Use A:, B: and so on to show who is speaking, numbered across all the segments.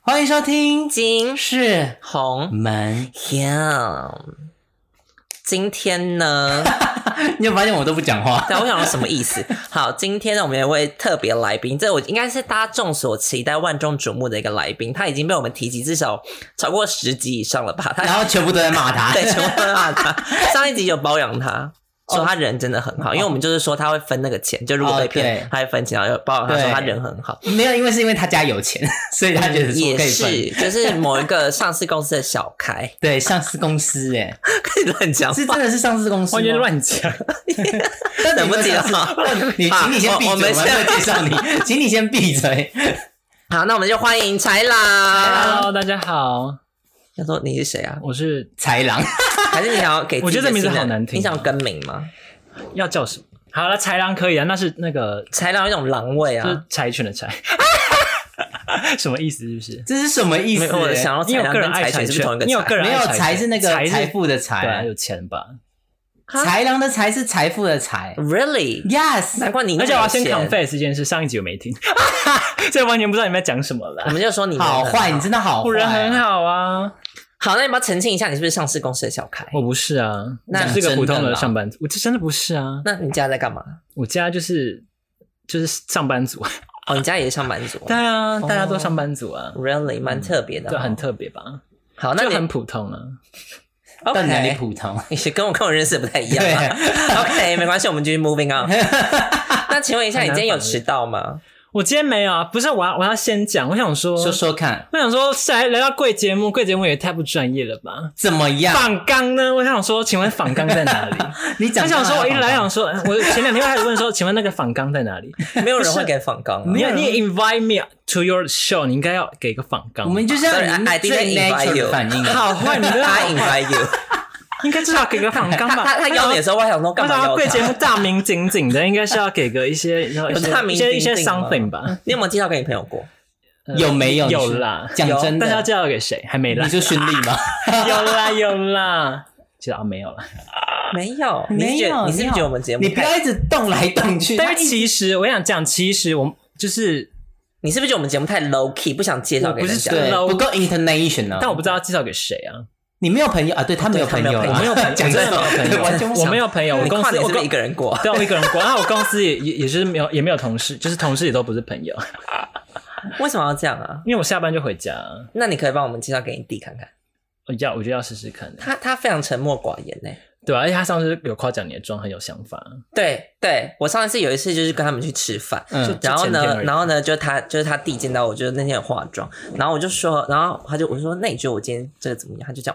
A: 欢迎收听
B: 金
A: 是
B: 红
A: 门。
B: 呀，今天呢，
A: 你有发现我都不讲话？
B: 对，我想说什么意思？好，今天呢，我们有一位特别来宾，这我应该是大家众所期待、万众瞩目的一个来宾，他已经被我们提及至少超过十集以上了吧？他
A: 然后全部都在骂他。
B: 对，全部都骂他。上一集有包养他，
A: 哦
B: 说他人真的很好，因为我们就是说他会分那个钱，就如果被
A: 哦
B: 骗
A: 对，
B: 他会分钱，然后有包养他说他人很好。
A: 没有，因为是因为他家有钱， 所以他觉得说
B: 也
A: 可以分。
B: 是，就是某一个上市公司的小开，
A: 对，上市公司哎，
B: 可以乱讲
A: 是
B: 话
A: 真，的是上市公司吗，
C: 完全乱讲，
A: 但
B: 等不及了。
A: 你
B: 啊
A: 请你先闭
B: 我我
A: 嘴，
B: 们
A: 我
B: 先
A: 还没有介绍你， 请你先闭嘴。
B: 好，那我们就欢迎豺狼。
C: Hello，大家好，
B: 他说你是谁啊？
C: 我是
A: 豺狼，
B: 还是你想要给自己
C: 我觉得这名字
B: 一个新的
C: 好难听
B: 你想要更名吗？
C: 要叫什么？好了，豺狼可以啊，那是那个
B: 豺狼有一种狼味
C: 就
B: 啊
C: 是，柴犬的柴， 什么意思？是不是？
A: 这是什么意
B: 没
A: 思？哎
B: 有，我想要
C: 你有
B: 哦豺狼
C: 个
B: 跟
C: 人爱
B: 柴犬
C: 柴
B: 是不是同一个
C: 你有
B: 柴
C: 个人
A: 没
C: 爱
A: 有
C: 柴
A: 财是那个
C: 财是
A: 财富的
C: 对啊，
A: 财，
C: 有钱吧？
B: 啊
A: 豺狼的财是财富的财。
B: ？Really？难
A: Yes，
B: 怪你那么
C: 嗯而且
B: 有
C: 我要先
B: 钱
C: confess 一件事，上一集我没听， 所以完全不知道你们在讲 什么
B: 我
C: 了。
B: 们就说你人
A: 好
B: 很
A: 坏，你真的好
C: 我人
A: 坏
C: 很
A: 啊。
C: 好啊，
B: 好，那你要不要澄清一下，你是不是上市公司的小开？
C: 我不是啊，
B: 那
C: 我是个普通
A: 真的
C: 的
A: 啦
C: 上班族，我这真的不是啊，
B: 那你家在干嘛？
C: 我家就是就是上班族，
B: 哦，你家也是上班族
C: 对啊，大家都上班族啊，
B: ，Really？蛮特别的哦，
C: 对，嗯很特别吧？
B: 好，那
C: 就
B: 你
C: 很普通啊。
A: 到底哪里
B: OK，
A: 普通？
B: 你是跟我跟我认识的不太一样 啊。OK，没关系，我们继续 moving on。那请问一下，你今天有迟到吗？
C: 我今天没有啊，不是我要我要先讲，我想说，
A: 说说看，
C: 我想说来来到贵节目，贵节目也太不专业了 吧？
A: 怎么样？
C: 仿纲呢？我想说，请问仿纲 在哪里？
A: 你讲
C: 我
A: 干嘛。
C: 想说，我一来想
B: 啊
C: 说，哎我前两天还问说，请问那个仿纲在 哪里？
B: 没有人会给仿纲啊，
C: 你你也 invite me to your show，你应该要给个仿纲吧。
A: 我们就是要
B: Sorry, I- I
A: 你
B: didn't
A: 最
B: invite
A: natural
B: you
A: 的反应。啊
C: 好坏，你真的
B: 他
C: 好坏，
B: invite you，
C: 应该至少给个仿 纲
B: 他
C: 吧。
B: 他他邀你的时候，我还想说
C: 我
B: 干
C: 想
B: 嘛
C: 要
B: 邀
C: 贵节目
B: 他？
C: 大名鼎鼎的，应该是要给个 一些，然后一
B: 有大
C: 些
B: 名
C: 一些一些
B: 鼎鼎啊吗
C: something 吧。
B: 你有没有介绍给你朋友过？
C: 呃
A: 有没有？
C: 有
A: 你是
C: 啦，
A: 讲
B: 有
A: 真
C: 但是要啊
A: 的，
C: 介绍给谁？还没 来
A: 你。就顺利吗？
C: 有啦有啦，其实啊没有啦。
B: 没有，
A: 没
B: 你是觉
A: 有
B: 得你是不
A: 没
B: 是
A: 有
B: 觉得我们节 目
A: 你不
B: 太？
A: 要一直动来动去。
C: 但
A: 他
C: 是
A: 一
C: 其实我想讲，其实我就是，
B: 你是不是觉得我们节目太 low key，不想介绍给人
C: 我不是
B: 家？
C: 觉
A: 对
C: 得
A: 不够 international，
C: 但我不知道介绍给谁啊。
A: 你没有朋友啊？对他没有朋友
B: 对
A: 啊，
B: 他
C: 我没有朋友，
A: 讲
C: 真
A: 真
C: 的
A: 的
C: 没有
A: 完
C: 朋
A: 全
C: 友，
A: 不
C: 我
A: 想
C: 没有朋友，我
B: 你
C: 公
B: 跨
C: 司
B: 年
C: 我
B: 是不
C: 公
B: 是一个人过？
C: 对，我一个人过，然后我公司也也也是没有也没有同事，就是同事也都不是朋友，
B: 为什么要这样啊？
C: 因为我下班就回家。
B: 那你可以帮我们介绍给你弟看看，
C: 我要我就要试试看，
B: 他他非常沉默寡言呢。欸
C: 对啊吧、而且他上次有夸奖你的妆很有想法，
B: 对对，我上一次有一次就是跟他们去吃饭，
A: 嗯
B: 就然后
C: 就前天
B: 呢，
C: 而已
B: 然后呢，就他就是他弟见到我，就是那天有化妆，然后我就说，然后他就我说，那你觉得我今天这个怎么样？他就讲，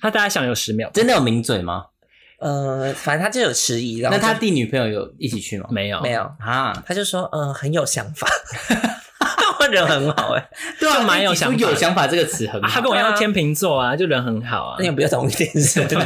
C: 他大概想有十秒，
A: 真的有名嘴吗？
B: 呃，反正他就有迟疑，然后
A: 那他
B: 就
A: 弟女朋友有一起去吗？
C: 没有
B: 没有，
A: 啊，
B: 他就说，嗯、很有想法， 我人很好哎、
A: 对啊，
C: 蛮有
A: 你提出
C: 想法
A: 有
C: 的
A: 想法这个词很
C: 啊他
A: 好
C: 跟。我一
B: 对
C: 样
B: 啊
C: 天秤座啊，就人很好啊
B: 那，你不要懂一点 是不是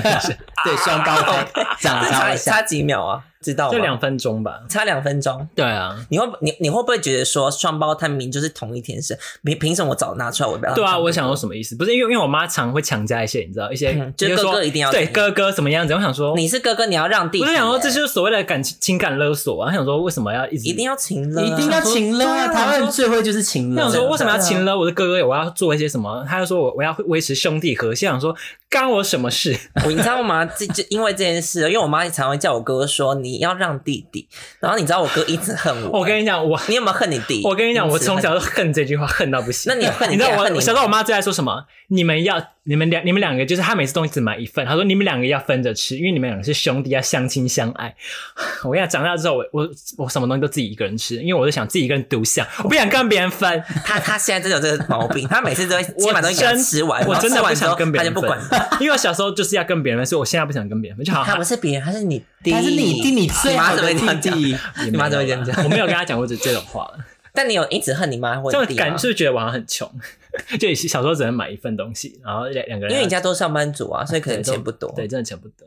A: 对，双胞胎长
B: 差
A: 相像。
B: 差几秒啊？知道吗？
C: 就两分钟吧。
B: 差两分钟。
C: 对啊，
B: 你会你你会不会觉得说双胞胎明明就是同一天生，凭凭什么我早拿出来我不要？
C: 对啊，我想说什么意思？不是因为因为我妈常会强加一些，你知道一些
B: 嗯，就
C: 比如
B: 哥
C: 说
B: 哥一定要
C: 对
B: 怎
C: 哥哥怎么样子？我想说，
B: 你是哥哥，你要让弟弟、
C: 我就想说，这
B: 欸
C: 就是所谓的感情情感勒索啊！他想说，为什么要一直
B: 一定要情了，
A: 一定要情了啊！
B: 对啊
A: 台湾人最会就是情
C: 他
A: 了。
C: 想说，为什么要
B: 对啊
C: 情勒我的哥哥？我要做一些什么？他就说我我要维持兄弟和谐。想说，干我什么 事？
B: 我你知道吗？这这因为这件事，因为我妈常会叫我哥说你要让弟弟，然后你知道我哥一直恨我。
C: 我跟你讲， 我
B: 你有没有恨你弟？
C: 我跟你讲，我从
B: 一直恨
C: 小就恨这句 话，恨到不行。
B: 那你有恨你
C: 你知道
B: 弟
C: 我
B: 还恨你
C: 我小时候我妈最爱说什么？你们要你们两你们两个就是她每次东西只买一份，她说你们两个要分着吃，因为你们两个是兄弟，要相亲相爱。 我跟你讲，长大之后我我我什么东西都自己一个人吃，因为我就想自己一个人独享，我不想跟别人 分。
B: 他，他现在真的有这个毛病，他每次都 会先把东西给他吃完，
C: 我
B: 然后
C: 真
B: 吃
C: 的
B: 完
C: 不
B: 之后
C: 想跟别
B: 他就
C: 人
B: 不管。
C: 分因为我小时候就是要跟别人分，所以我现在不想跟别人分，就好
B: 他
C: 好
B: 不。是别人，他是你弟，
A: 他是你弟，你最好
B: 妈怎么
A: 的弟
B: 会这样讲？
A: 弟。
C: 也
B: 你
C: 没
B: 妈
C: 有
B: 怎么会这
C: 啦
B: 样讲？
C: 我没有跟他讲过这这种话了，
B: 但你有一直恨你妈或
C: 这
B: 者
C: 种
B: 弟啊
C: 感
B: 吗？
C: 是不是觉得我好像很穷？ 就以前小时候只能买一份东西，然后两两个人
B: 因为你家都是上班族啊，所以可能
C: 对都
B: 钱不多。
C: 对，真的钱不多。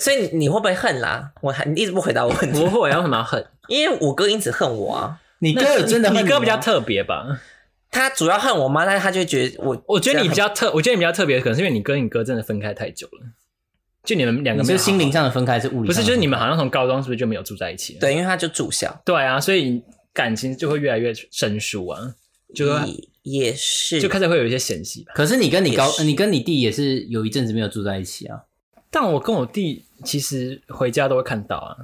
B: 所以你你会不会恨啦？我还你一直不回答我问题，
C: 不会，啊为什么要 恨？
B: 因为我哥一直恨我啊。
A: 你哥有真的
C: 你啊
A: 恨
C: 你
A: 吗
C: 哥比较，特别吧？
B: 他主要恨我妈，但是他就会觉得我，
C: 我觉得你比
B: 这样
C: 较特，我觉得你比较特别，可能是因为你跟你哥真的分开太久了，就你们两
A: 你
C: 个没
A: 说
C: 有
A: 心灵上的分开还是物理？
C: 不是，就是你们。好像从高中是不是就没有住在一起？
B: 很对，因为他就住校。
C: 对啊，所以感情就会越来越生疏啊。就说
B: 也也是，
C: 就开始会有一些嫌隙吧。
A: 可是你跟你高
B: 也，是
A: 你跟你弟也是有一阵子没有住在一起啊。
C: 但我跟我弟其实回家都会看到啊，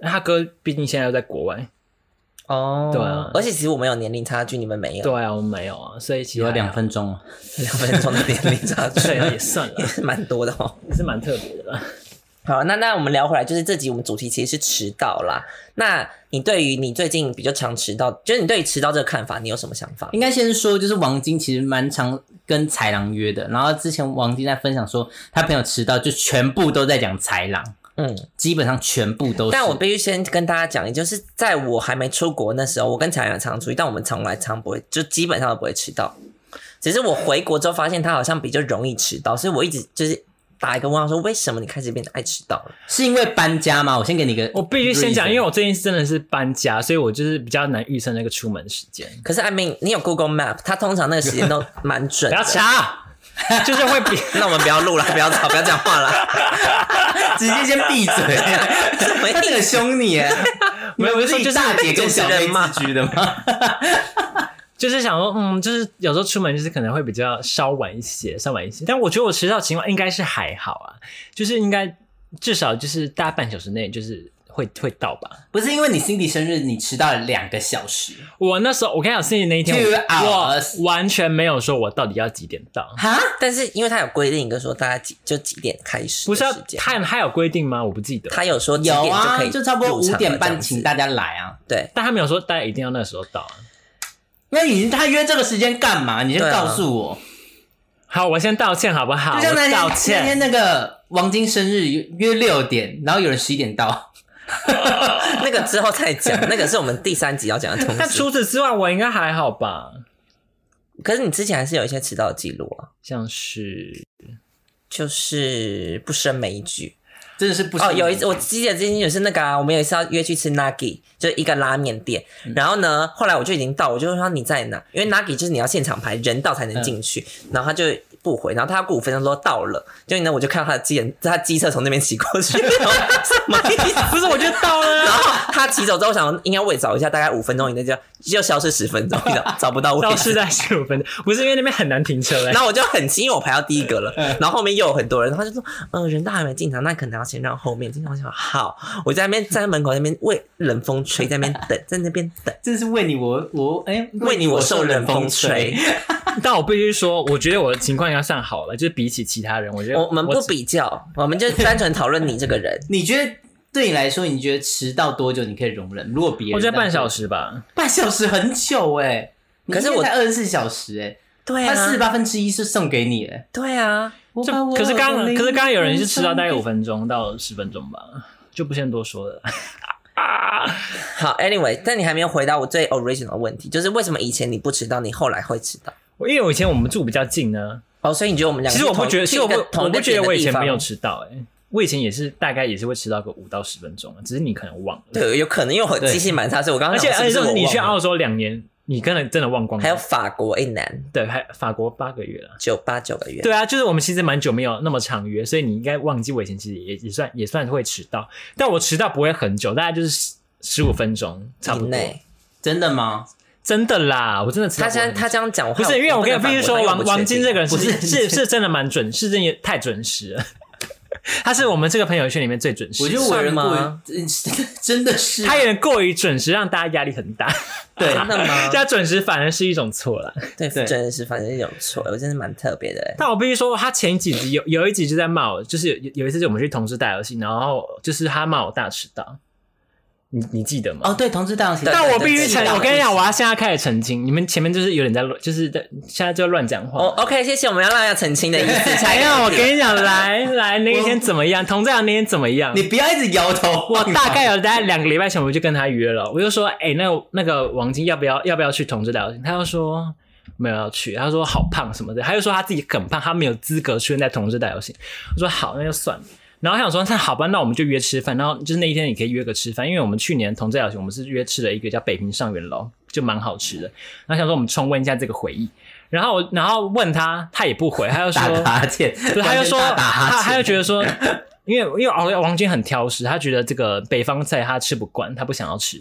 C: 他哥毕竟现在又在国外，
B: 哦，
C: 对啊
B: 而且其实我们有年龄差距，你们没有，
C: 对啊，我没有啊，所以其实
A: 有
C: 还好
A: 两分钟啊吗？
B: 两分钟的年龄差距，
C: 对啊，也算了
B: 也，是 蛮多的哦。
C: 也是蛮特别的啦。
B: 好，那那我们聊回来，就是这集我们主题其实是迟到啦。那你对于你最近比较常迟到，就是你对于迟到这个看法，你有什么想法？
A: 应该先说，就是王晶其实蛮常跟豺狼约的。然后之前王晶在分享说，他朋友迟到就全部都在讲豺狼，
B: 嗯，
A: 基本上全部都是。
B: 但我必须先跟大家讲，也就是在我还没出国那时候，我跟彩阳常出去，但我们从来常不会，就基本上都不会迟到。只是我回国之后发现他好像比较容易迟到，所以我一直就是打一个问号，说为什么你开始变得爱迟到了？
A: 是因为搬家吗？我先给你一个，
C: 我必须先讲，因为
A: 为
C: 我最近真的是搬家，所以我就是比较难预测那个出门时间。
B: 可是 I mean，你有 Google Map，它通常那个时间都蛮准
C: 不
B: 的
C: 要。
A: 啊
C: 查，就是会比
B: 那我们不要录了，不要吵，不要讲话了。
A: 直接先闭嘴。
B: 什么意思
A: 他这个凶你耶，
C: 没有
A: 你们
C: 我说
A: 以
C: 就是
A: 大姐跟小
B: 主持
A: 妹
B: 人骂
A: 自居的吗？
C: 就是想说，嗯，就是有时候出门就是可能会比较稍晚一些，稍晚一些。但我觉得我迟到情况应该是还好啊，就是应该至少就是大半小时内就是会会到吧。
A: 不是因为你 Cindy 生日，你迟到了两个小时
C: 我那时候我跟你讲，是你那一天
A: Two
C: 我
A: hours
C: 我完全没有说我到底要几点到，
A: 哈，
B: 但是因为他有规定一个说大家几就几点开始
C: 不
B: 的
C: 是要
B: 时间，
C: 他他有规定吗？我不记得，
B: 他有说几点
A: 有
B: 可
A: 啊，
B: 以，
A: 就差不多五点半，请大家来啊。
B: 对。
C: 但他没有说大家一定要那时候到啊。
A: 那你他约这个时间干嘛？你先
B: 对啊
A: 告诉我。
C: 好，我先道歉好不好？
A: 就像那
C: 我
A: 天
C: 道
A: 那天
C: 歉。
A: 那个王晶生日约六点，然后有人十一点到，
B: 那个之后再讲，那个是我们第三集要讲 的东西。
C: 但除此之外，我应该还好吧？
B: 可是你之前还是有一些迟到的记录啊，
C: 像是
B: 就是不胜枚举
A: 真的是不行
B: 哦。有一次我记得之前就是那个、啊，我们有一次要约去吃 Nagi，就是一个拉面店。然后呢，后来我就已经到，我就说你在哪？因为 Nagi 就是你要现场排，人到才能进去。然后他就不回，然后他要过五分钟说到了，就呢我就看到他的机人，他机车从那边骑过去，然后 什么意思？
C: 不是我就到了
B: 然
C: 啊，
B: 后他骑走之后，我想应该我也找一下，大概五分钟以内就就消失十分钟，你知 道找不到位
C: 到
B: 置
C: 是。在十五分钟，不是因为那边很难停车哎、
B: 然后我就很气，因为我排到第一个
C: 嗯
B: 了，然后后面又有很多人，然后他就说，嗯、人到还没进场，那可能要先让后面进场。我想说好，我在那边站在门口那边为冷风吹，在那边 等，在那边等，
A: 真的是为你我我哎、
B: 为你我受冷风吹。。
C: 但我必须说，我觉得我的情况应该算好了，就是比起其他人，我觉得
B: 我们不
C: 只
B: 比较，我们就单纯讨论你这个人。
A: 你觉得对你来说，你觉得迟到多久你可以容忍？如果别人
C: 我觉得半小
A: 时，
C: 时吧。
A: 半小时很久哎、
B: 可是我
A: 你一天才二十四小时哎、
B: 对
A: 他
B: 啊，
A: 四十八分之一是送给你哎、
B: 对啊，
A: 我
C: 就
A: 把我
C: 可是刚
A: 的灵
C: 可是刚刚有人是迟到大概
A: 魂
C: 五分钟到十分钟吧，就不先多说了。
B: 好，anyway，但你还没有回答我最 original 的问题，就是为什么以前你不迟到，你后来会迟到？
C: 我因为我以前我们住比较近呢，
B: 哦，所以你觉得我们两
C: 其
B: 个
C: 实我不
B: 同
C: 觉得，
B: 是
C: 其实我
B: 一个
C: 不
B: 同
C: 我
B: 一
C: 不
B: 个
C: 觉得
B: 点的
C: 我以前
B: 地方
C: 没有
B: 吗
C: 迟到哎、我以前也是大概也是会迟到个五到十分钟，只是你可能忘了。
B: 对，有可能因为我记性蛮差，所以我刚刚
C: 而且
B: 想
C: 而且
B: 是不
C: 就是是你
B: 我
C: 去
B: 忘了
C: 澳洲两年，你可能真的忘光了。
B: 还有法国一男
C: 对，还法国八个月了。
B: 九八九个月，
C: 对啊，就是我们其实蛮久没有那么常约，所以你应该忘记我以前其实也也算也算会迟到，但我迟到不会很久，大概就是十五分钟差不
B: 以
C: 多。
B: 内。
A: 真的吗？
C: 真的啦，我真的迟到
B: 他
C: 过
B: 现
C: 很
B: 在
C: 久。
B: 他这样讲，我
C: 不是因为我跟你必须说，王王晶这个人是
A: 不是
C: 是是真的蛮准，是真的太准时了。他是我们这个朋友圈里面最准时
A: 我
C: 的，
A: 觉得我人过于
B: 算吗
A: 真的是
C: 他有点过于准时，让大家压力很大。
A: 对
B: 真的吗？
C: 这样准时反而是一种错了。
B: 对，
A: 对
B: 真的是反正有错，我真的蛮特别的欸。
C: 但我必须说，他前几集有有一集就在骂我，就是有有一次就我们去同事打游戏，然后就是他骂我大迟到，你你记得吗？
A: 哦，对，同志大游行
B: 对
C: 但我必须
B: 对
C: 澄
B: 对，对
C: 我跟你讲，我要现在开始澄清，你们前面就是有点在乱，就是在现在就乱讲话。
B: 哦，OK，谢谢，我们要让大家澄清的意 思。下
C: 哎
B: 一个
C: 呀，我
B: 问题
C: 跟你讲，来来，那一天怎么样？同在那天怎么样？
A: 你不要一直摇头。
C: 我大概有大概两个礼拜前我就跟他约了，我就说，哎、那个那个王晶要不要要不要去同志聊天？他就说没有要去，他说好胖什么的，他就说他自己很胖，他没有资格出现在同志大游行。我说好，那就算了。然后我想说，那好吧，那我们就约吃饭。然后就是那一天也可以约个吃饭，因为我们去年同志大游行，我们是约吃了一个叫北平上元楼，就蛮好吃的。然后想说我们重温一下这个回忆。然后我然后问他，他也不回，他就说
A: 打哈欠，
C: 不是，他就说，
A: 完全大打
C: 他
A: 哈
C: 他就
A: 欠，
C: 觉得说，因为因为王王军很挑食，他觉得这个北方菜他吃不惯，他不想要吃。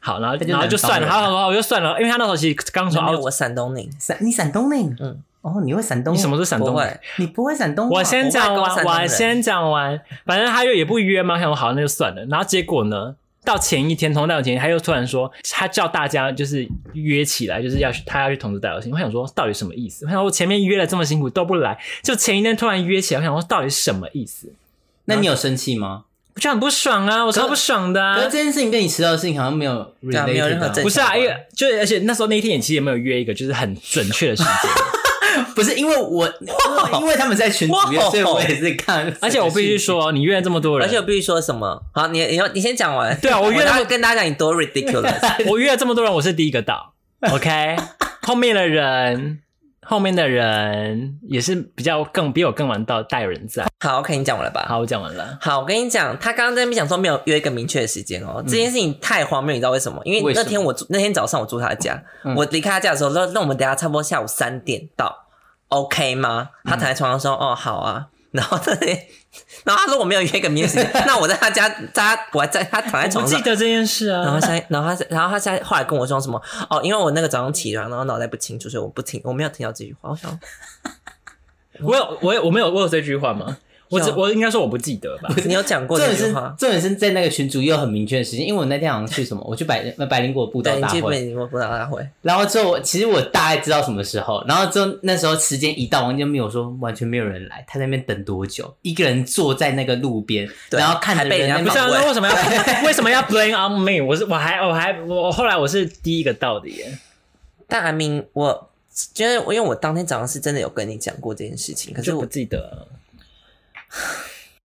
C: 好，然后
A: 他就
C: 然后就
A: 南方
C: 算了，
A: 人
C: 好好好，我就算了，因为他那时候其实刚哦从
B: 没
C: 澳
B: 有，，我山东人，
A: 陕你陕东人，
B: 嗯，
A: 哦，你会陕东？
C: 你什么？是山
B: 不
C: 东人？
B: 会，
A: 你不会陕东话？
C: 我先讲
B: 我外公
C: 完，
B: 山东人
C: 我先讲完，反正他又也不约嘛，想说好那就算了。然后结果呢，到前一天，同志大游行，他又突然说他叫大家就是约起来，就是要去他要去同志大游行。我想说到底什么意思？我想说我前面约了这么辛苦都不来，就前一天突然约起来，我想说到底什么意思？
A: 那你有生气吗？
C: 我就很不爽啊，我超不爽的、啊
A: 可是。这件事情跟你迟到的事情好像没有 related，、
B: 啊没有任何正
C: 不是啊，因为就是而且那时候那一天也其实也没有约一个就是很准确的时间，
A: 不是因为我，因为因为他们在群组约，
B: 哇
A: 所以我也是看。
C: 而且我必须，说，你约了这么多人，
B: 而且我必须说什么？好，你你你先讲完。
C: 对啊我
B: 我
C: 约他
B: 要
C: 们
B: 跟大家讲你多 ridiculous。
C: 我约了这么多人，我是第一个 到。OK，后面的人，后面的人也是比较更比我更晚到，带人在。
B: 好，OK，你讲完了吧？
C: 好，我讲完了。
B: 好，我跟你讲，他刚刚在那边讲说没有约一个明确的时间哦，这件事情太荒谬，你知道为什么？
A: 嗯
B: 因
A: 为
B: 为
A: 什
B: 那
A: 么
B: 天我住那天早上我住他家，
A: 嗯
B: 我离开他家的时候，那那我们等一下差不多下午三点到，OK 吗？
A: 嗯
B: 他躺在床上说，哦，好啊。 然后他，然后他说我没有约一个明确的时间，那我在他家，在他我还在他躺在
C: 我
B: 床
C: 记
B: 上。
C: 得这件事
B: 然
C: 啊
B: 后，他现在，然后他，然后他现在后来跟我说什么？哦，因为我那个早上起床，然后脑袋不清楚，所以我不听，我没有听到这句话。我想，
C: 我有我有我没有我有这句话吗？我只
B: 有
C: 我应该说我不记得吧。
B: 你有讲过
A: 重
B: 这
A: 点是
B: 句话
A: 重？点是在那个群组又很明确的时间，因为我那天好像去什么，我去百呃百灵果步道
B: 对，你
A: 大
B: 基
A: 会，
B: 本我不知道他会。
A: 然后之后我其实我大概知道什么时候，然后之后那时候时间一到，王建没有说完全没有人来，他在那边等多久，一个人坐在那个路边，
B: 对
A: 然后看着
B: 还被人家
A: 在那边
C: 不是啊，
B: 我
C: 那为什么 要为什么要 blame on me？我是我还我还我我后来我是第一个到的耶。
B: 但阿明，我就是因为我当天早上是真的有跟你讲过这件事情，可是
C: 就不
B: 我
C: 记得了。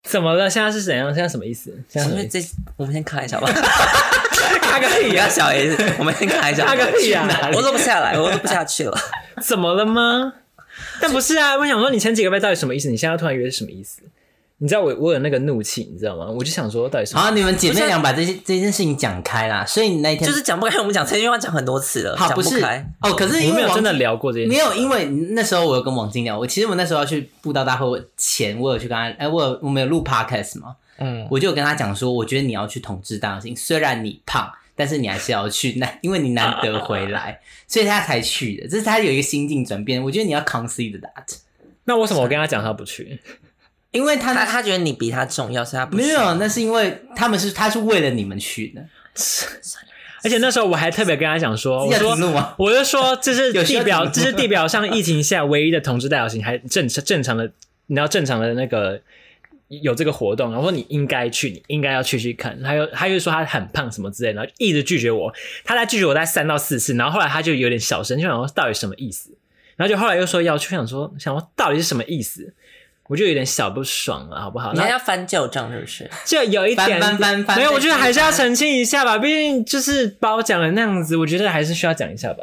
C: 怎么了？现在是怎样？现在什么意思？现在什
B: 因
C: 么
B: 为
C: 意思？
B: 这我们先看一 下吧，
C: 大概
B: 不要小 S，我们先啊看一下。
C: 大个屁啊
B: 我录不下来，我录不下去了。
C: 怎么了吗？但不是啊，我想说你前几个拜到底什么意思？你现在突然约是什么意思？你知道我我有那个怒气，你知道吗？我就想说到底什么？
A: 好，啊你们姐妹俩把这些这件事情讲开啦，所以你那一天
B: 就是讲不开，我们讲这句话讲很多次了，
A: 好
B: 讲
A: 不是
B: 开。
A: 哦，可是
C: 我
A: 因
C: 没
A: 为
C: 有
A: 王
C: 真的
A: 晶
C: 聊过这件
A: 没
C: 事。
A: 有，因为那时候我有跟王晶聊，我其实我那时候要去布道大会前，我有去跟他，哎，我有我们有录 podcast 嘛，
B: 嗯，
A: 我就有跟他讲说，我觉得你要去统治大兴，虽然你胖，但是你还是要去，那因为你难得回来，所以他才去的，这是他有一个心境转变，我觉得你要 consider that，
C: 那为什么我跟他讲他不去？
A: 因为
B: 他
A: 他
B: 他觉得你比他重要，所以他不
A: 没
B: 是
A: 有，那是因为他们是他是为了你们去的，
C: 而且那时候我还特别跟他讲说，哦我
A: 要啊
C: 说
A: 停录吗？
C: 我就说这 是
A: 有需要
C: 地表，
A: 停
C: 这是地表上疫情下唯一的同志大游行，还正正常的，你知道正常的那个有这个活动，然后你应该去，你应该要去去看。他又他又说他很胖什么之类的，然后一直拒绝我，他在拒绝我大概三到四次，然后后来他就有点小声，就想说到底什么意思，然后就后来又说要去，想说想说到底是什么意思。我就有点小不爽了，好不好？
B: 你
C: 然
B: 还
C: 后
B: 要翻旧账是不是？
C: 就有一
A: 翻
C: 点
A: 翻翻翻
C: 没有，我觉得还是要
A: 翻
C: 澄清一下吧，毕竟就是把我讲的那样子，我觉得还是需要讲一下吧。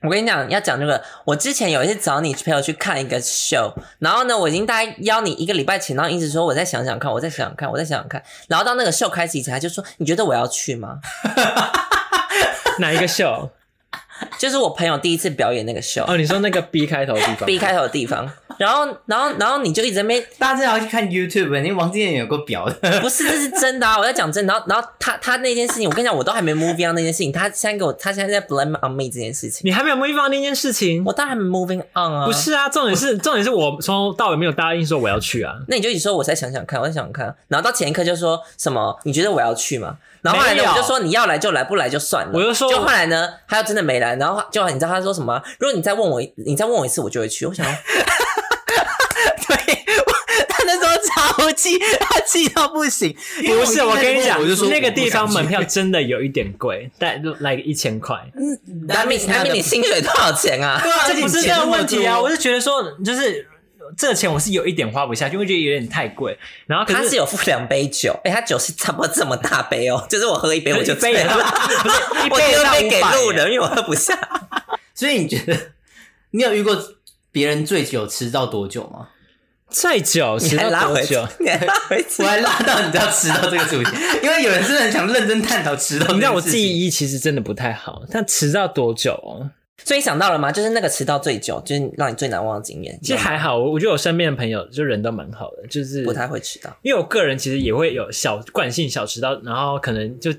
B: 我跟你讲，要讲这个，我之前有一次找你陪我去看一个 show，然后呢，我已经大概邀你一个礼拜前，然后一直说我再想想看，我再想想看，我再想想看，然后到那个 show 开始以前，他就说你觉得我要去吗？
C: 哪一个秀？
B: 就是我朋友第一次表演那个 show，
C: 哦，你说那 个 B 开头的地方
B: B 开头的地方，然后然后然后你就一直在那边，
A: 大家真的要去看 YouTube，因为王晶也有个表的。
B: 不是这是真的啊，我在讲真的，然后然后他他那件事情，我跟你讲，我都还没 moving on 那件事情，他现在给我他现在在 blame on me 这件事情，
C: 你还没有 move on 那件事情
B: 我，当然 moving on 啊，
C: 不，是啊？重点是重点是我从头到尾没有答应说我要去啊。
B: 那你就一直说我再想想看，我再想想看，啊然后到前一刻就说什么你觉得我要去吗？然后后来呢
C: 没有
B: 我就说你要来就来，不来就算了，
C: 我就说
B: 就后来呢他又真的没来，然后就你知道他说什么吗？如果你再问我一你再问我一次，我就会去，我想要
A: 对，我他那时候超气，他气到不行。
C: 不是，我跟你讲
A: 我就说，
C: 那个地方门
A: 我
C: 票真的有一点贵，但来个一千 块，
A: 不想去，
B: 南明南明你薪水多少钱啊？
A: 对啊，
C: 这不是这个问题啊！我
A: 是
C: 是觉得说，就是这个钱我是有一点花不下去，我觉得有点太贵。然后可
B: 他是
C: 是
B: 有付两杯酒，哎、他酒是差不多这么大杯哦，就是我喝一杯我就
C: 一杯也
B: 醉
C: 到，
B: 了，
C: 不是一
B: 我
C: 杯也
B: 就
C: 到啊
B: 杯给
C: 500
B: 路人，因为我喝不下。
A: 所以你觉得你有遇过别人醉酒迟到多久吗？
C: 最久
B: 你
C: 迟
B: 还
C: 到
B: 拉
C: 多
B: 回去
C: 久？，
B: 你还拉回 去
A: 我。还拉到你知道迟到这个主题，因为有人真的很想认真探讨迟到。
C: 你知道我
A: 自己，
C: 记忆其实真的不太好，但迟到多久哦？
B: 所以想到了吗？就是那个迟到最久，就是让你最难忘的经验。
C: 其实还好，我我觉得我身边的朋友就人都蛮好的，就是
B: 不太会迟到，
C: 因为我个人其实也会有小惯性小迟到，然后可能就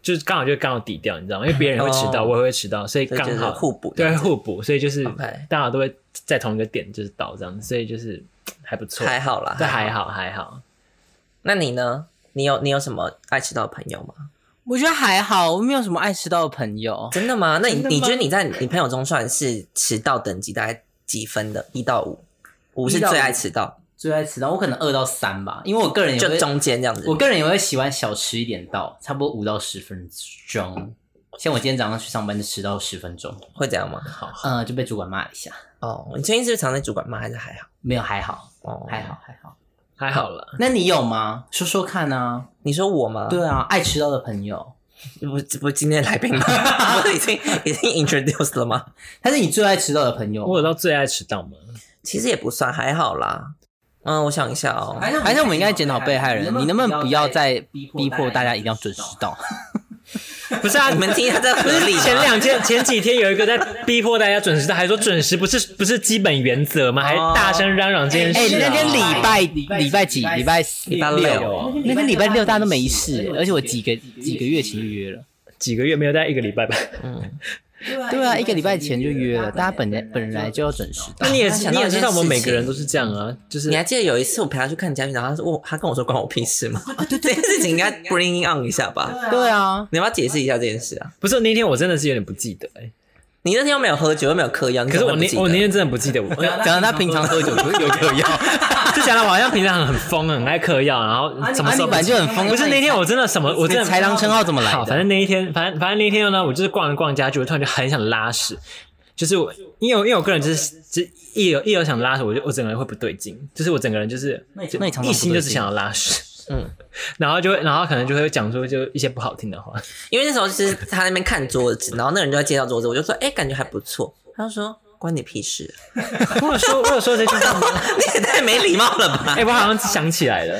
C: 就是刚好就刚好抵掉，你知道吗？因为别人会迟到，
B: 哦
C: 我也会迟到，所以
B: 所以就
C: 刚
B: 是
C: 好
B: 互补这
C: 对
B: 样子。
C: 互补，所以就是
B: OK
C: 大家都会在同一个点就是到这样，所以就是还不错，
B: 还好啦。
C: 这还好还好。
B: 那你呢？你有你有什么爱迟到的朋友吗？
A: 我觉得还好，我没有什么爱迟到的朋友。
B: 真的吗？那你
C: 真的吗
B: 你觉得你在你朋友中算是迟到等级大概几分的？一到五，五是
A: 一到五
B: 最爱迟到，
A: 最爱迟到，我可能二到三吧，因为我个人也
B: 就
A: 会，
B: 中间这样子。
A: 我个人也会喜欢小迟一点到，差不多五到十分钟。像我今天早上去上班就迟到十分钟，
B: 会这样吗？
A: 嗯、就被主管骂了一下。
B: 哦，你最近是不是常在主管骂，还是还好？
A: 没有，还好，
B: 哦，
A: 还好，。还好。
C: 还好了，
A: 那你有吗？说说看啊。
B: 你说我吗？
A: 对啊，爱迟到的朋友，
B: 不不，今天的来宾吗？ 我已经已经 introduced 了吗？
A: 他是你最爱迟到的朋友吗。
C: 我有到最爱迟到吗？
B: 其实也不算，还好啦。嗯，我想一下哦。
A: 是还是我们应该检讨被害人，你能不能不要再逼迫大家一定要准时到？
C: 不是啊，
B: 你们听一下这合理吗？
C: 前两天、前几天有一个在逼迫大家准时到，还说准时不是不是基本原则吗？还大声嚷嚷这件事、
A: 哎、
C: 啊。
A: 那天礼拜
D: 礼拜
A: 礼拜几？礼拜
B: 礼拜六
A: 六，那天礼拜六大家都没事，而且我几个几个月前就约了。
C: 几个月没有，大概一个礼拜吧。
A: 对啊，一个礼拜前就约了，大家本来本来就要准时到
C: 那。你也
B: 那
C: 是
B: 想
C: 你
B: 到
C: 也
B: 一件
C: 知道，我们每
B: 事
C: 个
B: 情
C: 人都是这样啊，就是
B: 你还记得有一次我陪他去看家具，然后他说我他跟我说关我屁事吗？哦对 对，这件事情应该 bring on 一下吧。
A: 对啊，
B: 你要不要解释一下这件事啊？
C: 不是那天我真的是有点不记得哎、
B: 你那天又没有喝酒，又没有嗑药，你
C: 可是
B: 怎么会
C: 我
B: 不
C: 那
B: 记得
C: 我那天真的不记得我，就
A: 讲到他平常喝酒有嗑药，
C: 讲了我好像平常很疯，很爱嗑药，然后什么时
A: 啊
C: 候
A: 你本来就很疯
C: 不是那天我真的什么，我真的
A: 豺狼称号怎么来
C: 好，反
A: 的？
C: 正那一天，反正反正那一天呢，我就是逛了逛家具，我突然就很想拉屎，就是我因为我因为我个人就是就是一有一有想拉屎，我就我整个人会不对劲，就是我整个人就是
A: 那你常那你常常不对劲
C: 一心就只想要拉屎，
B: 嗯，
C: 然后就会然后可能就会讲出就一些不好听的话，
B: 因为那时候就是他在那边看桌子，然后那人就在介绍桌子，我就说哎、感觉还不错，他就说关你屁事，啊
C: 我有说我有说这句话吗？
B: 你也太没礼貌了吧
C: 哎、？我好像想起来 了，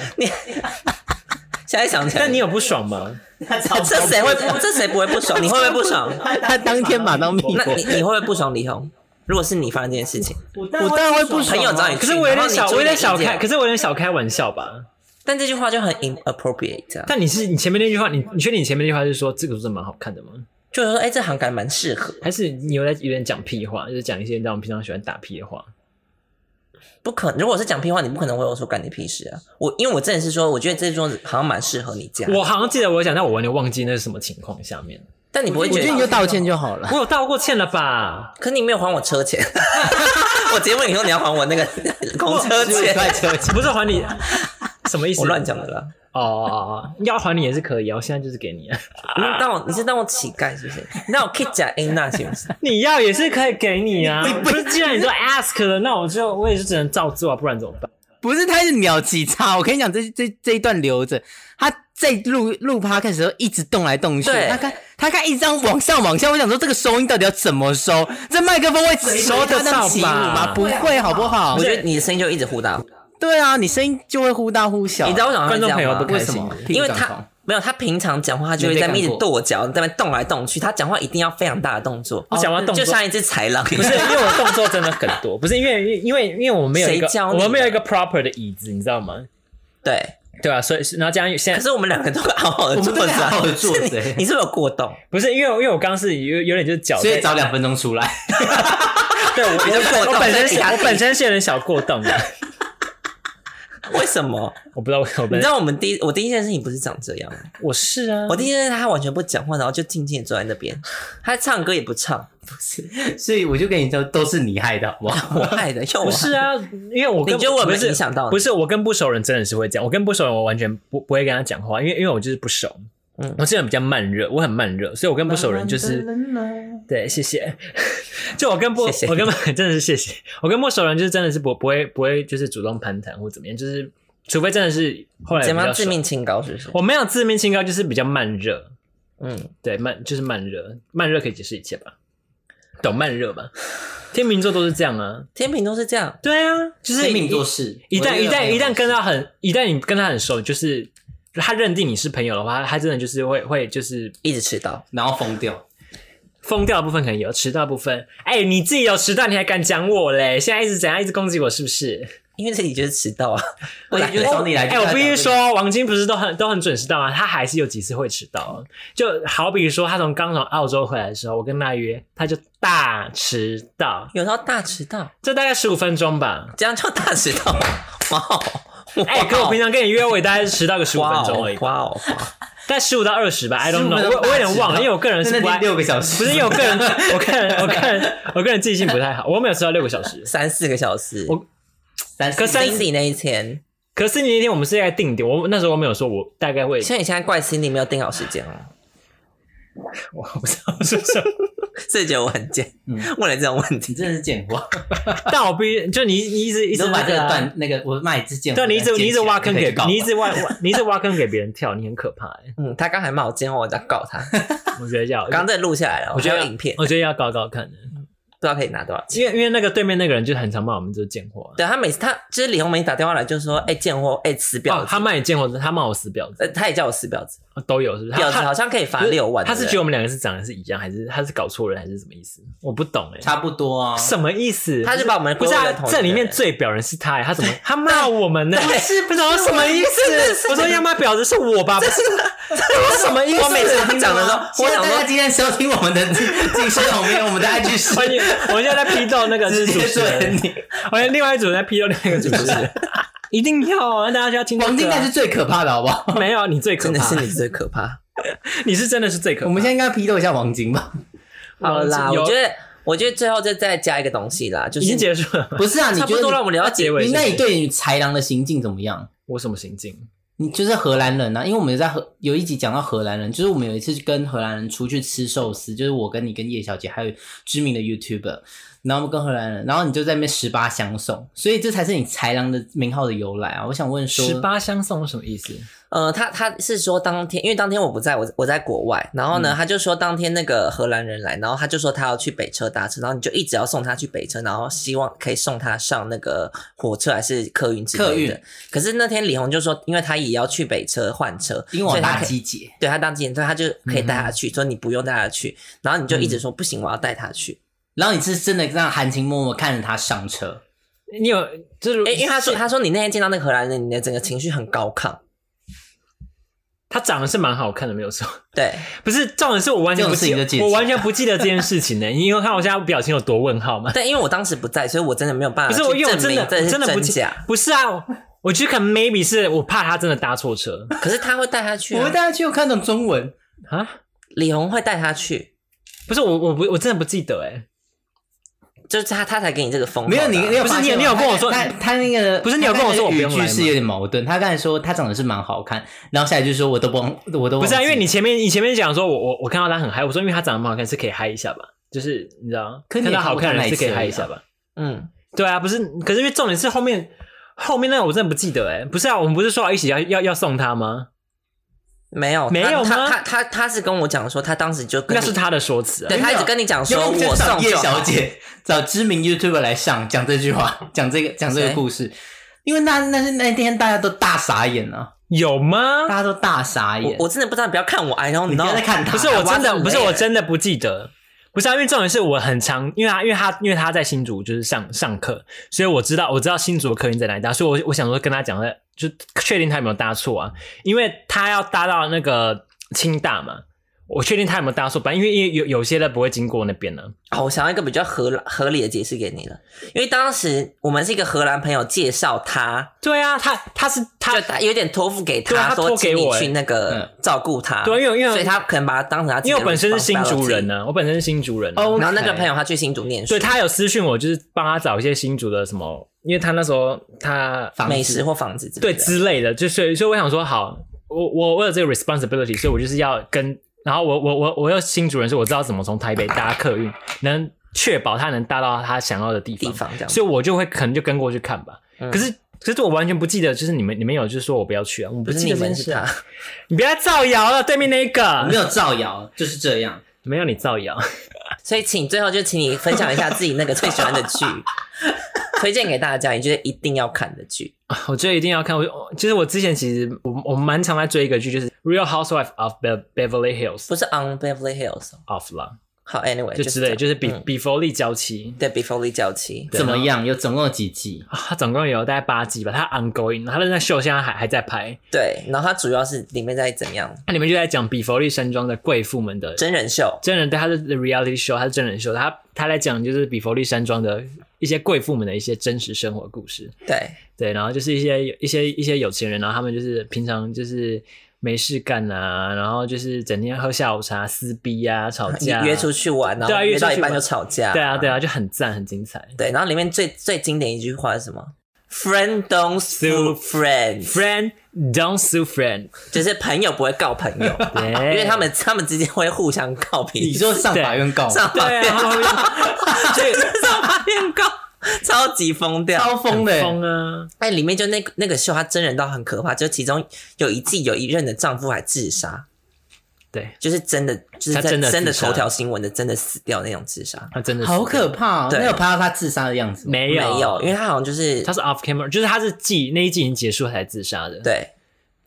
B: 现在想起来，
C: 但你有不爽吗？
B: 这谁会这谁不会不爽？你会不会不爽？
A: 他当天马当密
B: 那
A: 我
B: 你你会不会不爽李红？如果是你发生这件事情，
A: 当然会不爽
B: 朋友找
A: 啊。
B: 你去，
C: 可是我有点小，
B: 然后你注
C: 我有
B: 意
C: 点小
B: 意见
C: 开，可是我有点小开玩笑吧。
B: 但这句话就很 inappropriate，啊
C: 但你是你前面那句话，你你确定你前面那句话是说这个真的蛮好看的吗？
B: 就是说，哎、这行感觉蛮适合，
C: 还是你有在有点讲屁话，就是讲一些你知道我们平常喜欢打屁的话？
B: 不可能。如果是讲屁话，你不可能会我说干你屁事啊！我因为我真的是说，我觉得这桌子好像蛮适合你家，
C: 我好像记得我有讲，但我完全忘记那是什么情况下面。
B: 但你不会
A: 我
B: 觉
A: 觉得你
B: 得，
A: 就道歉就好了
C: 我。有道过歉了 吧？
B: 可你没有还我车钱。 我节目以后你要还我那个 公车钱，
C: 不是还你什么意思？
B: 我乱讲的啦。
C: 哦哦哦，要还你也是可以啊，我现在就是给你啊，
B: 你当我你是当我乞丐是不是？你让我 kick 假 in 那 是不是？
C: 你要也是可以给你啊。不是，既然你都 ask 了，那我就我也是只能照做啊，不然怎么办？
A: 不是，他是鸟极差。我跟你讲，这这这一段留着，他在录录趴开始的时候一直动来动去，
B: 对
A: 他看他看一张往上往下，我想说这个收音到底要怎么收？这麦克风会收
C: 得到吧
A: 起舞吗？不会，好不好
B: 我？觉得你的声音就一直忽大忽大。
A: 对啊，你声音就会忽大忽小。
B: 你知道为什么他会
C: 观众
B: 这
C: 朋友
B: 样
C: 不
B: 吗？
C: 开
A: 为什
C: 心
A: 么，
B: 因
A: 屁股
B: 为
A: 长
B: 他
A: 痛
B: 没有他平常讲话，他就
A: 你
B: 会
A: 被
B: 在那边一
A: 干
B: 直
A: 过
B: 跺脚，在那边动来动去。他讲话一定要非常大的动作，哦
C: 我讲话动
B: 就
C: 作
B: 像一只豺狼一
C: 不
B: 样
C: 是，因为我动作真的很多，不是因为因为因为我们没有一个
B: 谁教
C: 我
B: 你的
C: 们没有一个 proper 的椅子，你知道吗？
B: 对，
C: 对啊，所以然后加上现
B: 可
C: 在
B: 是我们两个都好好的
A: 我
B: 坐
A: 们
B: 着
A: 都
B: 啊，
A: 好好地坐着
B: 是你
A: 欸
B: 你是不是有过动？
C: 不是因为因为我刚刚是有有点就是脚在，
A: 所以早两分钟出来，
B: 对，我就过动。
C: 我本身
B: 所
C: 是
B: 以
C: 我本身是有点小过动的，
B: 为什么？
C: 我不知道为什么我
B: 你
C: 本
B: 知
C: 身
B: 道我们第一我第一件事情不是长这样吗，
C: 我是啊，
B: 我第一件事情他完全不讲话，然后就静静地坐在那边，他唱歌也不唱，
A: 所以我就跟你说，都是你害的，好不好？
B: 我害的，又我
C: 不是啊，因为我跟
B: 你觉得我有没有
C: 不是
B: 影响到你
C: 不是我跟不熟人真的是会这样，我跟不熟人我完全不不会跟他讲话，因为因为我就是不熟，
B: 嗯
C: 我这个人比较慢热，我很慢热，所以我跟不熟人就是对，谢谢。 就我跟不
B: 谢谢
C: 我跟 真的是谢谢，我跟陌熟人就是真的是不不会不会就是主动攀谈或怎么样，就是除非真的是后来比
B: 怎么
C: 较
B: 样致
C: 熟，
B: 命清高是不是？
C: 我没有自命清高，就是比较慢热，
B: 嗯，
C: 对，慢就是慢热，慢热可以解释一切吧？懂慢热吧？天秤座都是这样啊，
B: 天平都是这样，
C: 对啊，就是
A: 天秤
C: 一
A: 座是，
C: 一旦一
A: 我觉
C: 旦
A: 得
C: 一旦跟他很一旦你跟他很熟，就是他认定你是朋友的话，他真的就是会会就是
B: 一直迟到。
A: 然后疯掉，
C: 疯掉的部分可能有，迟到的部分，哎、你自己有迟到，你还敢讲我嘞？现在一直怎样，一直攻击我是不是？
B: 因为这里就是迟到 啊。
A: 我也就找你来。
C: 哎、我必须，说，王晶不是都很都很准时到吗？啊他还是有几次会迟到，就好比说他从刚从澳洲回来的时候，我跟他约，他就大迟到，
B: 有时候大迟到，
C: 这大概十五分钟吧。
B: 这样叫大迟到。哇哦！
C: 哎、跟我平常跟你约，我也大概迟到个十五
B: 哇
C: 分
B: 哦
C: 钟而已，
B: 哇哦！哇哦
C: 但十五到二十吧，I don't know，
A: 15
C: 我我有点忘了，因为我个人是
A: 那
C: 不爱
A: 天六个小时，
C: 不是因为我个人，我个人，我个人，我个人记性不太好，我没有迟到六个小时。
B: 三四个小时。
C: 我
A: 三
C: 可是
B: Cindy 那一天，
C: 可是你那天我们是在定点，我那时候我没有说我大概会，
B: 所以你现在怪 Cindy 没有定好时间哦，
C: 我不知道是什么，
B: 所以觉得我很贱
A: 嗯，
B: 问了这种问
A: 你
B: 题。
A: 真的是贱货，
C: 但我必须就你你一直 一
A: 你
C: 直
A: 都把这个
C: 那啊
A: 断那个，我骂你之贱货，
C: 对，啊你一直
A: 把它
C: 你一
A: 捡
C: 直
A: 起来
C: 挖坑
A: 就可以
C: 给
A: 去告
C: 你一直挖挖 你一直挖坑给别人跳，你很可怕哎、
B: 嗯，他刚才骂我，今天我要告他。
C: 我觉得要，
B: 刚刚这录下来了，
C: 我觉
B: 还
C: 得
B: 有
C: 要
B: 影片，不
C: 我觉得要搞搞看的，
B: 知道可以拿多少钱。
C: 因为因为那个对面那个人就很常骂我们这贱货啊、
B: 对他每次他就是李红梅打电话来就说：“哎，贱货，哎，死婊
C: 哦，他
B: 子。
C: 骂你贱货，他骂我死婊”子哦
B: 呃，他也叫我死婊子，
C: 都有是不是？
B: 婊子好
C: 他他
B: 像可以罚六万。
C: 他
B: 对
C: 是
B: 不对
C: 觉得我们两个是长得是一样，还是他是搞错人，还是什么意思？我不懂哎、
A: 差不多啊，
C: 什么意思？
B: 他就把我们
C: 不是
B: 归为
C: 啊
B: 同一个人
C: 这里面最表人是他，他 怎么他骂我们呢？
B: 对
C: 是不知道什么意
B: 真的是
C: 思？我说要骂婊子是我吧？不是，我什么意思？
B: 我每次他 讲 的时候，
A: 希
B: 我
A: 望
C: 啊
B: 想
A: 大家
B: 说
A: 今天收听我们的《今生红面》，我们的 IG 是
C: 我现在我现在在批斗那个
A: 直
C: 是主
A: 接
C: 持
A: 对
C: 人，
A: 你。
C: 我现在另外一组人在批斗另外一个主持人， 一定要啊！大家就要听这个啊
A: 王晶才是最可怕的，好不好？
C: 没有啊你最可
B: 真的是
C: 怕，
B: 你最可怕。
C: 你是真的是最可怕。
A: 我们现在应该批斗一下王晶吧？
B: 好了啦，
C: 有
B: 我觉得，我觉得最后再再加一个东西啦，就
C: 已
B: 是
C: 经结束了，
A: 不是啊，你
B: 差
A: 觉
B: 不多
A: 得
B: 让我们聊到结
C: 结尾
A: 你
C: 是
A: 那
C: 不
A: 你
C: 是
A: 对于豺狼的行径怎么样？
C: 我什么行径？
A: 你就是荷兰人啊，因为我们在荷有一集讲到荷兰人，就是我们有一次跟荷兰人出去吃寿司，就是我跟你跟叶小姐还有知名的 YouTuber，然后我们跟荷兰人，然后你就在那边十八相送，所以这才是你豺狼的名号的由来啊！我想问说，
C: 十八相送是什么意思？
B: 呃，他他是说当天，因为当天我不在，我我在国外，然后呢，
C: 嗯
B: 他就说当天那个荷兰人来，然后他就说他要去北车搭车，然后你就一直要送他去北车，然后希望可以送他上那个火车还是客运之
A: 客
B: 类的
A: 运。
B: 可是那天李红就说，因为他也要去北车换车，
A: 因为我
B: 所以他
A: 大
B: 可以
A: 鸡姐，
B: 对他当经理，对他就可以带
C: 嗯
B: 他去，说你不用带他去，然后你就一直说、不行，我要带他去。
A: 然后你是真的这样含情脉脉看着他上车，
C: 你有就是
B: 哎、因为他说他说你那天见到那个荷兰人，你的整个情绪很高亢，
C: 他长得是蛮好看的，没有错。
B: 对，
C: 不是重点是我完全不
A: 这种事
C: 记
A: 情就记，得
C: 我完全不记得这件 事情呢、你有看我现在表情有多问号吗？
B: 但因为我当时不在，所以我真的没有办
A: 啊
C: 不
B: 法
C: 是
B: 去
C: 我，因为我
B: 证
C: 真的
B: 明这
C: 我
B: 是
C: 真的不
B: 真
C: 记
B: 假。
C: 不是啊，我我觉得可能 maybe 是我怕他真的搭错车
B: 可是他会带他去、
A: 我
B: 啊
A: 会，带他去，我看懂中文，
C: 啊，
B: 李红会带他去，
C: 不是我我不我真的不记得哎、
B: 就是他他才给你这个封号
A: 没
B: 的啊、
A: 有你，你有
C: 不是
A: 发现
C: 你
A: 吗
C: 你有跟我说
A: 他他他那个
C: 不是你有跟我说我
A: 他
C: 不
A: 那
C: 用
A: 个
C: 来吗
A: 语句是有点矛盾。他刚才说他长得是蛮好看，然后下一句说我都不忘我都忘
C: 不是啊，
A: 记
C: 因为你前面你前面讲说我我我看到他很嗨，我说因为他长得蛮好看是可以嗨一下吧，就是你知道，
A: 可你
C: 看
A: 也
C: 到
A: 看
C: 好
A: 过他
C: 看的
A: 那
C: 人
A: 一
C: 是可以
A: 次而
C: 嗨
A: 已
C: 一
A: 啊
C: 下吧。
B: 嗯，
C: 对啊，不是，可是因为重点是后面后面那个我真的不记得哎、不是啊，我们不是说好一起要要要送他吗？
B: 没有
C: 没有
B: 他
C: 吗
B: 他他他是跟我讲说，他当时就跟
C: 那
B: 你
C: 是，他的说辞啊。
B: 对他一直跟你讲说
A: 要不然就
B: 我
A: 找
B: 送
A: 叶
B: 就好
A: 小。姐找知名 YouTuber 来上讲这句话，讲这个讲这个
B: 谁
A: 故事，因为那那是那天大家都大傻眼啊，
C: 有吗
A: 大？家都大傻眼。
B: 我我真的不知道，你不要看我，哎，然后
A: 你
B: 知
A: 不
B: 道
A: 要再看他，
C: 不是我真的，
B: 哇
C: 不是
B: 真的
C: 我
B: 耶
C: 真的不记得，不是啊，因为重点是我很常，因为他因为他因为他在新竹就是上上课，所以我知道我知道新竹的客运在哪里搭，所以我我想说跟他讲的，就确定他有没有搭错啊，因为他要搭到那个清大嘛，我确定他有没有搭错，吧，因为因为有有些的不会经过那边呢，
B: 哦，我想要一个比较合合理的解释给你了，因为当时我们是一个荷兰朋友介绍他，
C: 对啊，他他是他
B: 就他有点托付给
C: 对啊
B: 他，
C: 他
B: 说
C: 托给
B: 请你
C: 我欸
B: 去那个
A: 嗯
B: 照顾他，
C: 对因为因为
B: 所以他可能把他当成他自己
C: 因
B: 的
C: 为我本身是新竹人
B: responsibility
C: 呢、我本身是新竹人、啊，
A: 哦
B: 然后那个朋友他去新竹念书
C: 所以，他有私讯我，就是帮他找一些新竹的什么，因为他那时候他
A: 房
B: 美
A: 子
B: 食或房子之类
C: 对
B: 的
C: 之类的，就所以所以我想说，好，我我我有这个 responsibility，所以我就是要跟，然后我我我我又新主人，所以我知道怎么从台北搭客运，能确保他能搭到他想要的地
B: 地
C: 方，
B: 方这样子。
C: 所以我就会可能就跟过去看吧。
B: 嗯
C: 可是可是我完全不记得，就是你们你们有就是说我不要去啊，我不
B: 不是
C: 记
B: 你
C: 得这
B: 们
C: 件
B: 是
C: 事啊
B: 他，，
C: 你不要造谣了，对面那一
A: 我没
C: 个
A: 有造谣，就是这样。
C: 没有你造谣，
B: 所以请最后就请你分享一下自己那个最喜欢的 剧，推荐给大家，你觉得一定要看的剧。
C: 我觉得一定要看。我其实我之前其实我我蛮常在追一个剧，就是《Real Housewife of Be- Beverly Hills
B: 不》是 On Beverly Hills，
C: of 啦，
B: 好，anyway，
C: 就
B: 就是
C: 之
B: 这
C: 类，
B: 样
C: 就是比
B: 嗯
C: 比佛利娇妻。
B: 对 Before Lee 娇妻，
A: 怎么样？有总共有几季？
C: 啊它总共有大概八集吧，它 ongoing，它的那秀现在还还在拍，
B: 对，然后它主要是里面在怎么样
C: 它里面就在讲比佛利山庄的贵妇们的
B: 真人秀，
C: 真人，对，它是 reality show，它是真人秀，它它在讲就是比佛利山庄的一些贵妇们的一些真实生活故事，
B: 对
C: 对，然后就是一些一些一些有钱人，然后他们就是平常就是没事干啊，然后就是整天喝下午茶、撕逼啊、吵架、
B: 约出，去玩，然
C: 对
B: 后
C: 啊约
B: 约到
C: 出
B: 一
C: 去
B: 半就
C: 玩
B: 吵架，
C: 对啊对啊，就很赞，很精彩。
B: 对，然后里面最最经典一句话是什么？Friend don't sue
C: Sue
B: friend，
C: Friend don't sue friend，
B: 就是朋友不会告朋友，
C: 对
B: 因为他们他们之间会互相告
A: 你
B: 彼此，
A: 说 上法院告吗，
B: 上法
C: 对
B: 院
C: 啊，
B: 告，
C: 后面
B: 对， 上法院告，超级疯掉。
A: 超疯 的、欸
C: 疯啊，
B: 哎，里面就那个那个秀，他真人到很可怕，就其中有一季有一任的丈夫还自杀，
C: 对
B: 就是真的，就是
C: 他
B: 在
C: 真的
B: 真的
C: 自杀
B: 头条新闻的真的死掉那种自杀，
C: 他真的是
A: 好可怕、哦！
B: 对
A: 没有拍到他自杀的 样子吗，
C: 没
B: 没
C: 有
B: 有，因为他好像就是
C: 他是 off camera，就是他是季那一季已经结束才自杀的。，
B: 对，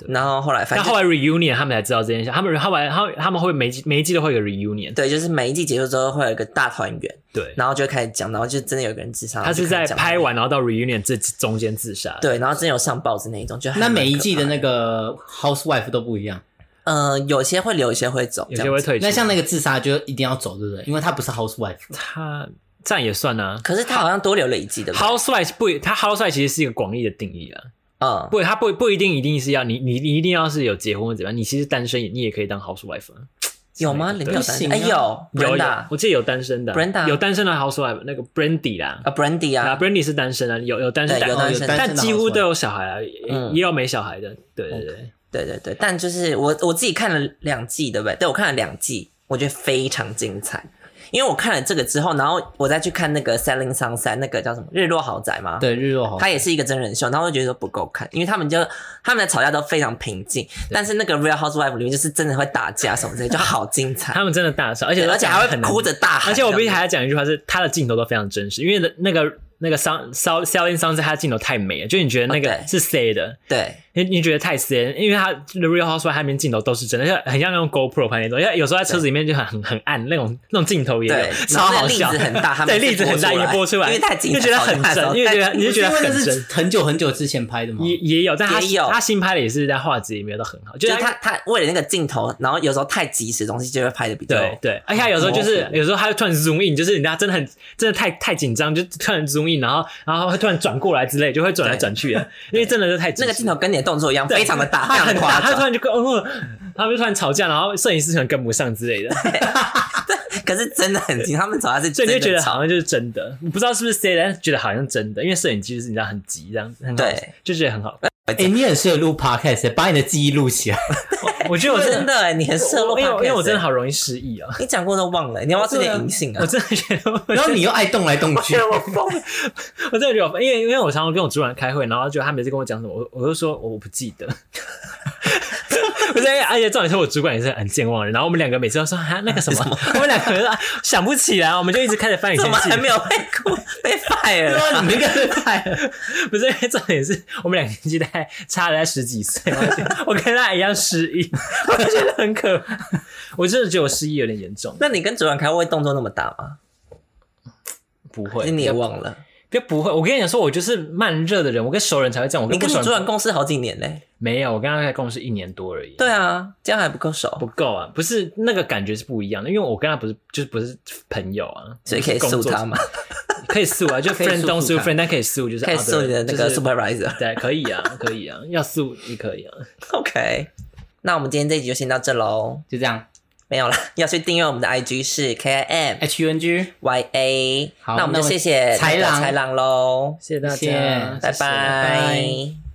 B: 然后后来反正
C: 但后来 reunion 他们才知道这件事，他们后来他们他们会每季每一季都会有个 reunion
B: 对，就是每一季结束之后会有一个大团圆，
C: 对。
B: 然后就开始讲，然后就真的有个人自杀，
C: 他是
B: 然后就开
C: 在
B: 始讲
C: 拍完，然后到 reunion 这中间自杀。
B: 对，然后真的有上报纸那一种，就还
A: 那
B: 蛮
A: 每一
B: 可
A: 季
B: 怕
A: 的那个 housewife 都不一样。
B: 呃，有些会留，有些会走，
C: 有
B: 这
C: 些
B: 样
C: 会
B: 子
C: 退出。
A: 那像那个自杀就一定要走，对不对？因为他不是 housewife，
C: 他这样也算啊。
B: 可是他好像多留了一季的，
C: Housewife 不，他 Housewife 其实是一个广义的定义啊，
B: 嗯，
C: 不，他不不一定一定是要你你你一定要是有结婚或怎么样，你其实单身也你也可以当 Housewife 啊。
B: 有吗？里面有
A: 不
B: 单
A: 行
B: 哎
A: 啊
B: 有
C: 有
B: Brenda
C: 有
B: 啊，
C: 我记得有单身的
B: Brenda
C: 有单身的 Housewife，那个 Brandy 啦，
B: Brandy
C: 啊
B: 啊，
C: ，Brandy 是单身啊，有有单
B: 对
C: 身，但
B: 有单身
A: 单身
C: 但
A: 的
C: 几乎
A: housewife
C: 都有小孩啊，也
B: 嗯
C: 也有没小孩的，对对对。
B: 对对对，但就是我我自己看了两季，对不对？对我看了两季，我觉得非常精彩。因为我看了这个之后，然后我再去看那个《Selling Sunset》，那个叫什么《日落豪宅》吗？，
A: 对日落好
B: 它也是一个真人秀，然后我就觉得不够看，因为他们就他们的吵架都非常平静，但是那个《Real Housewife》里面就是真的会打架什么之类，就好精彩，
C: 他们真的大吵，而且
B: 对而且还会
C: 很难
B: 哭着大喊
C: 而且我必须
B: 这样子
C: 还要讲一句话是，他的镜头都非常真实，因为那个那个 sound sound selling sound 他的镜头太美了，就你觉得那
B: 哦
C: 个
B: 对
C: 是 C 的，
B: 对
C: 你你觉得太 C，因为他 The Real Housewife 他面镜头都是真的，像很像那种 GoPro 拍那种，因为有时候在车子里面就很很很暗，那种那种镜头也
B: 对
C: 有，，超
B: 然后那
C: 好
B: 个
C: 笑。
B: 例子很 大，他们
C: 对，
B: 是
C: 例子很大，也播出来，
B: 因为太精
C: 就
B: 彩，
C: 觉得很
B: 吵架的时候
C: 真，因为觉得你就觉得
A: 因为那
C: 很
A: 是
C: 真，
A: 很久很久之前拍的嘛。
C: 也也有，但他
B: 哦也有
C: 他新拍的也是在画质也没有到很好，就
B: 就是是他他为了那个镜头，然后有时候太及时的东西就会拍的比较
C: 对对，而且他有时候就是
B: 模糊
C: 有时候他会突然 zoom in，就是人家真的很真的太太紧张，就突然 zoom in，然后然后会突然转过来之类，就会转来转 去的，因为真的是太及时
B: 那个镜头跟你的动作一样，
C: 对
B: 非常的大，
C: 他
B: 非常
C: 很
B: 的
C: 大，
B: 夸
C: 他突
B: 张。
C: 然就跟哦，他们就突然吵架，然后摄影师可能跟不上之类 的，
B: 可是真的很近，他们吵架是
C: 所
B: 真
C: 以你就觉
B: 的
C: 得
B: 吵。
C: 好像就是真的，你不知道是不是 C，但是觉得好像真的，因为摄影机就是你知道很急这样子，很好
B: 对，
C: 就觉得 很好。
A: 哎、你很适合录 podcast，把你的记忆录起 来。
C: 我我觉得我
B: 真
C: 真的，
B: 的，欸你很适合录
C: 我因为
B: podcast
C: 我因为我真的好容易失忆 啊，
B: 你讲过都忘了，你要不要吃点银杏啊
C: 我？真的觉得我
A: 然后你又爱动来动去，
B: 我疯了，
C: 我真的觉得我，因为因为我常常跟我主管开会，然后就他每次跟我讲什么，我我就说我不记得。 不是，而且重点是我主管也是很健忘的人，然后我们两个每次都说啊那个什么，我们两个人说啊想不起来，我们就一直开始翻以前
B: 怎么
C: 记
B: 还没有被哭 被
A: 对
B: fire？了
A: 啊，你那个拍
C: 不是，因为重点是我们两个年纪大概差了在十几岁，而且我跟他一样失忆，我就觉得很可怕。我真的觉得我失忆有点严重，
B: 那你跟主管开会动作那么大吗？
C: 不会，
B: 哎你也忘了？
C: 别不会。我跟你讲说，我就是慢热的人，我跟熟人才会这样。我
B: 你跟
C: 跟不
B: 你
C: 熟
B: 主管
C: 人
B: 共事好几年嘞？
C: 没有，我跟他在共事一年多而已。
B: 对啊，这样还不够
C: 不
B: 熟，
C: 够啊，不是那个感觉是不一样的，因为我跟他不是就是不是朋友啊，
B: 所以可以
C: 工
B: 诉
C: 作
B: 他嘛，
C: 可以诉啊，就
A: 可以诉
C: friend don't
A: 诉
C: sue
A: 他
C: friend，但可以诉就是
B: 可以
C: other，
B: 诉你的那
C: 就
B: 个
C: 是
B: supervisor。
C: 对，可以啊，可以啊，要诉也可以啊，
B: OK，那我们今天这一集就先到这喽。
A: 就这样。
B: 没有啦， 要去订阅我们的 IG 是 K I M
A: H U N G，
B: Y A。
A: 好
B: 那我们就
A: 那么
B: 谢谢
A: 豺狼
B: 豺狼喽，
C: 谢谢大
A: 谢谢
C: 家，
A: 谢谢拜
B: 拜拜
A: 拜